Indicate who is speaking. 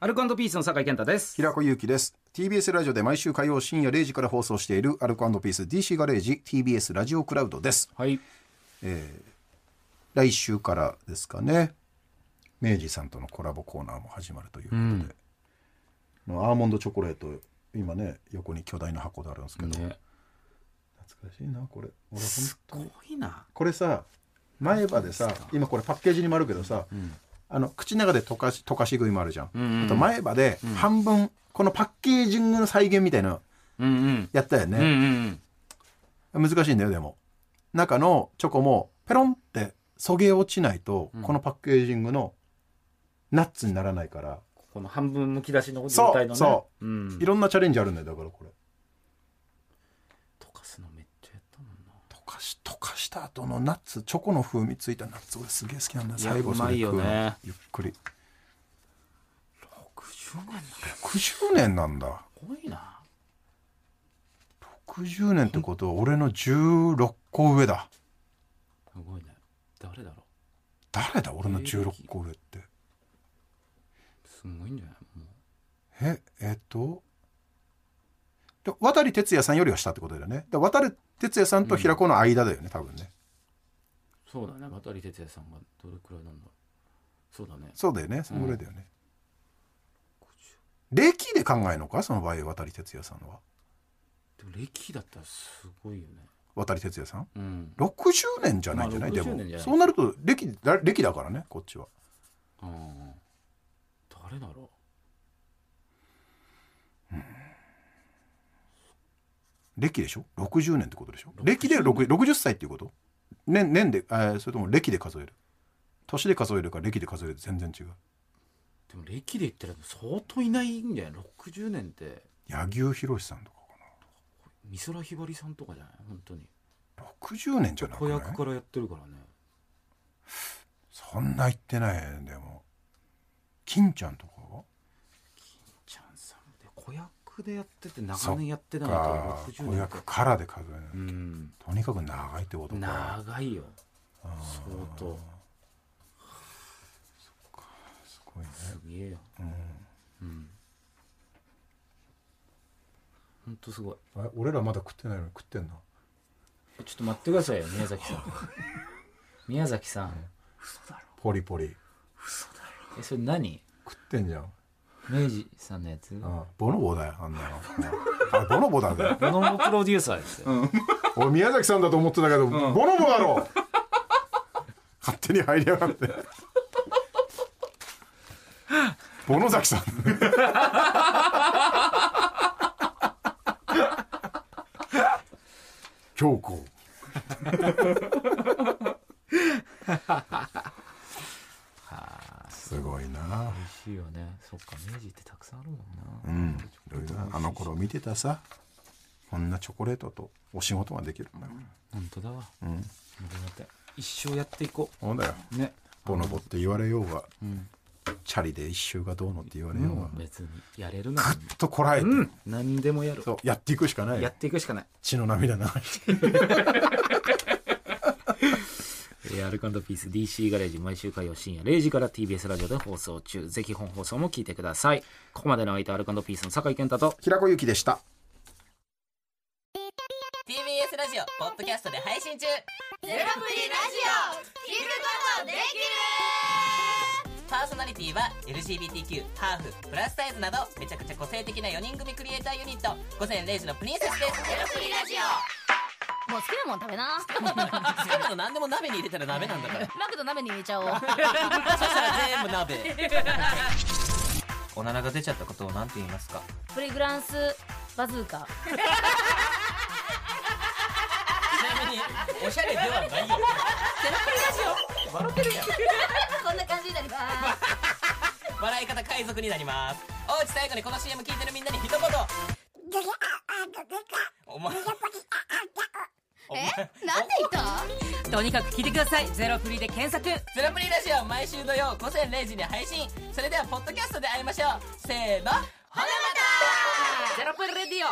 Speaker 1: アルコピースの酒井健太です。
Speaker 2: 平子祐希です TBS ラジオで毎週火曜深夜0時から放送しているアルコピース DC ガレージ TBS ラジオクラウドです
Speaker 1: はい。
Speaker 2: 来週からですかね明治さんとのコラボコーナーも始まるということで、のアーモンドチョコレート今ね横に巨大な箱であるんですけど、
Speaker 1: ね、
Speaker 2: 懐かしいなこれ俺本
Speaker 1: す
Speaker 2: 当
Speaker 1: ご
Speaker 2: に
Speaker 1: いな。
Speaker 2: これさ前歯でさ今これパッケージにもあるけどさ、あの口の中で溶かし溶かし食いもあるじゃん、あと前歯で半分、このパッケージングの再現みたいなの
Speaker 1: うん
Speaker 2: やったよ
Speaker 1: うん。うん
Speaker 2: ね、
Speaker 1: うん。
Speaker 2: 難しいんだよでも中のチョコもペロンってそげ落ちないと、このパッケージングのナッツにならないから、
Speaker 1: この半分むき出しの状
Speaker 2: そ
Speaker 1: 態の
Speaker 2: う
Speaker 1: ね。
Speaker 2: そう、
Speaker 1: うん。
Speaker 2: いろんなチャレンジあるんだよだからこれ
Speaker 1: 溶かすのめっちゃやったもんな。
Speaker 2: 溶かし溶かした後のナッツチョコの風味ついたナッツ俺すげえ好きなんだよ
Speaker 1: いや
Speaker 2: 最後それ食う
Speaker 1: うまいよね
Speaker 2: のゆっくり
Speaker 1: 60年
Speaker 2: 60年なんだ
Speaker 1: すごいな。
Speaker 2: 60年ってことは俺の16個上だ
Speaker 1: すごいね。誰だろ
Speaker 2: 誰だ俺の16個上って
Speaker 1: う。すごいんじゃないもう。
Speaker 2: ええっとで渡哲也さんよりは下ってことだよねだ渡哲也さんと平子の間だよね、多分ね
Speaker 1: そうだね。渡哲也さんがどれくらいなんだろう。そうだね。
Speaker 2: そうだよねそのぐらいだよね、歴で考えるのかその場合渡哲也さんは
Speaker 1: でも歴だったらすごいよね。
Speaker 2: 渡哲也さん
Speaker 1: うん。
Speaker 2: 60年じゃないんじゃない、
Speaker 1: まあ
Speaker 2: で
Speaker 1: 60
Speaker 2: も
Speaker 1: 年じゃない
Speaker 2: そうなると歴だ歴だからねこっちは
Speaker 1: うん。誰だろ
Speaker 2: 歴でしょ60年ってことでしょ歴で 60, 60歳っていうこと年年で、えーそれとも歴で数える年で数えるか歴で数えると全然違う
Speaker 1: う。でも歴で言ったら相当いないんじゃない ?60 年って。
Speaker 2: 柳生博さんとか
Speaker 1: 美空ひばりさんとかじゃない本当に
Speaker 2: かな60年じゃなく
Speaker 1: 子
Speaker 2: ない
Speaker 1: 役からやってるからね
Speaker 2: そんな言ってないでも金ちゃんとかは
Speaker 1: ちゃんさんで子役でやってて
Speaker 2: そ
Speaker 1: 長
Speaker 2: っか
Speaker 1: 年やってないと60
Speaker 2: 子
Speaker 1: 年
Speaker 2: 役からで数え
Speaker 1: う
Speaker 2: ない、
Speaker 1: ん
Speaker 2: とにかく長いってことか
Speaker 1: 長いよ相当
Speaker 2: すごいね
Speaker 1: すげえようんほんとすごい
Speaker 2: あ俺らまだ食ってないのに食ってんな
Speaker 1: ちょっと待ってくださいよ宮崎さん宮崎さん
Speaker 2: ポリポリ
Speaker 1: えそれ何
Speaker 2: 食ってんじゃん
Speaker 1: 明治さんのやつ
Speaker 2: あボノボだよあんなのあボノボだぜ
Speaker 1: ボノボプロデューサーですよ、
Speaker 2: 俺宮崎さんだと思ってたけど、ボノボだろ勝手に入りやがってボノザキさん強行すご
Speaker 1: 美
Speaker 2: いな、
Speaker 1: 味しいよねそっか明治ってたくさんあるもんな
Speaker 2: うん、いろいろなあの頃見てたさこんなチョコレートとお仕事ができるんだから、
Speaker 1: 本当だわ、うん、一生やっていこ
Speaker 2: そうだよ
Speaker 1: うね
Speaker 2: ボノボって言われようが、チャリで一周がどうのって言われようが、ぐっ
Speaker 1: 別にやれるな
Speaker 2: とこらえて、
Speaker 1: 何でもやる
Speaker 2: そうやっていくしかない
Speaker 1: やっ
Speaker 2: よ
Speaker 1: ていくしかない
Speaker 2: 血の涙流して
Speaker 1: えーアルカンドピース DC ガレージ毎週火曜深夜0時から TBS ラジオで放送中ぜひ本放送も聞いてくださいここまでの相手アルカンドピースの酒井健太と
Speaker 2: 平子ゆきでした。
Speaker 3: TBS ラジオポッドキャストで配信中ゼロプリラジオ聞くことできるパーソナリティは LGBTQ ハーフプラスサイズなどめちゃくちゃ個性的な4人組クリエイターユニット午前0時のプリンセスですゼロプリラジ
Speaker 4: もう好きなもん食べ
Speaker 3: オ
Speaker 4: な。
Speaker 3: 好きなの何でも鍋に入れたら鍋なんだから
Speaker 4: マクド鍋に入れちゃおう。
Speaker 3: そしたら全部鍋おならが出ちゃったことを何て言いますか
Speaker 4: プリグランスバズー
Speaker 3: ち
Speaker 4: カ。
Speaker 3: なみにおしゃれではないよゼロプリラジオ笑ってるやん
Speaker 4: こんな感じになります。
Speaker 3: 笑い方海賊になりますおうち最後にこの CM 聞いてるみんなに一言お前 お前
Speaker 4: なんで言った？とにかく聞いてください。ゼロフリで検索。
Speaker 3: ゼロプリラジオ毎週土曜午前0時に配信それではポッドキャストで会いましょうせーのほなまた
Speaker 4: ゼロプリレディオ。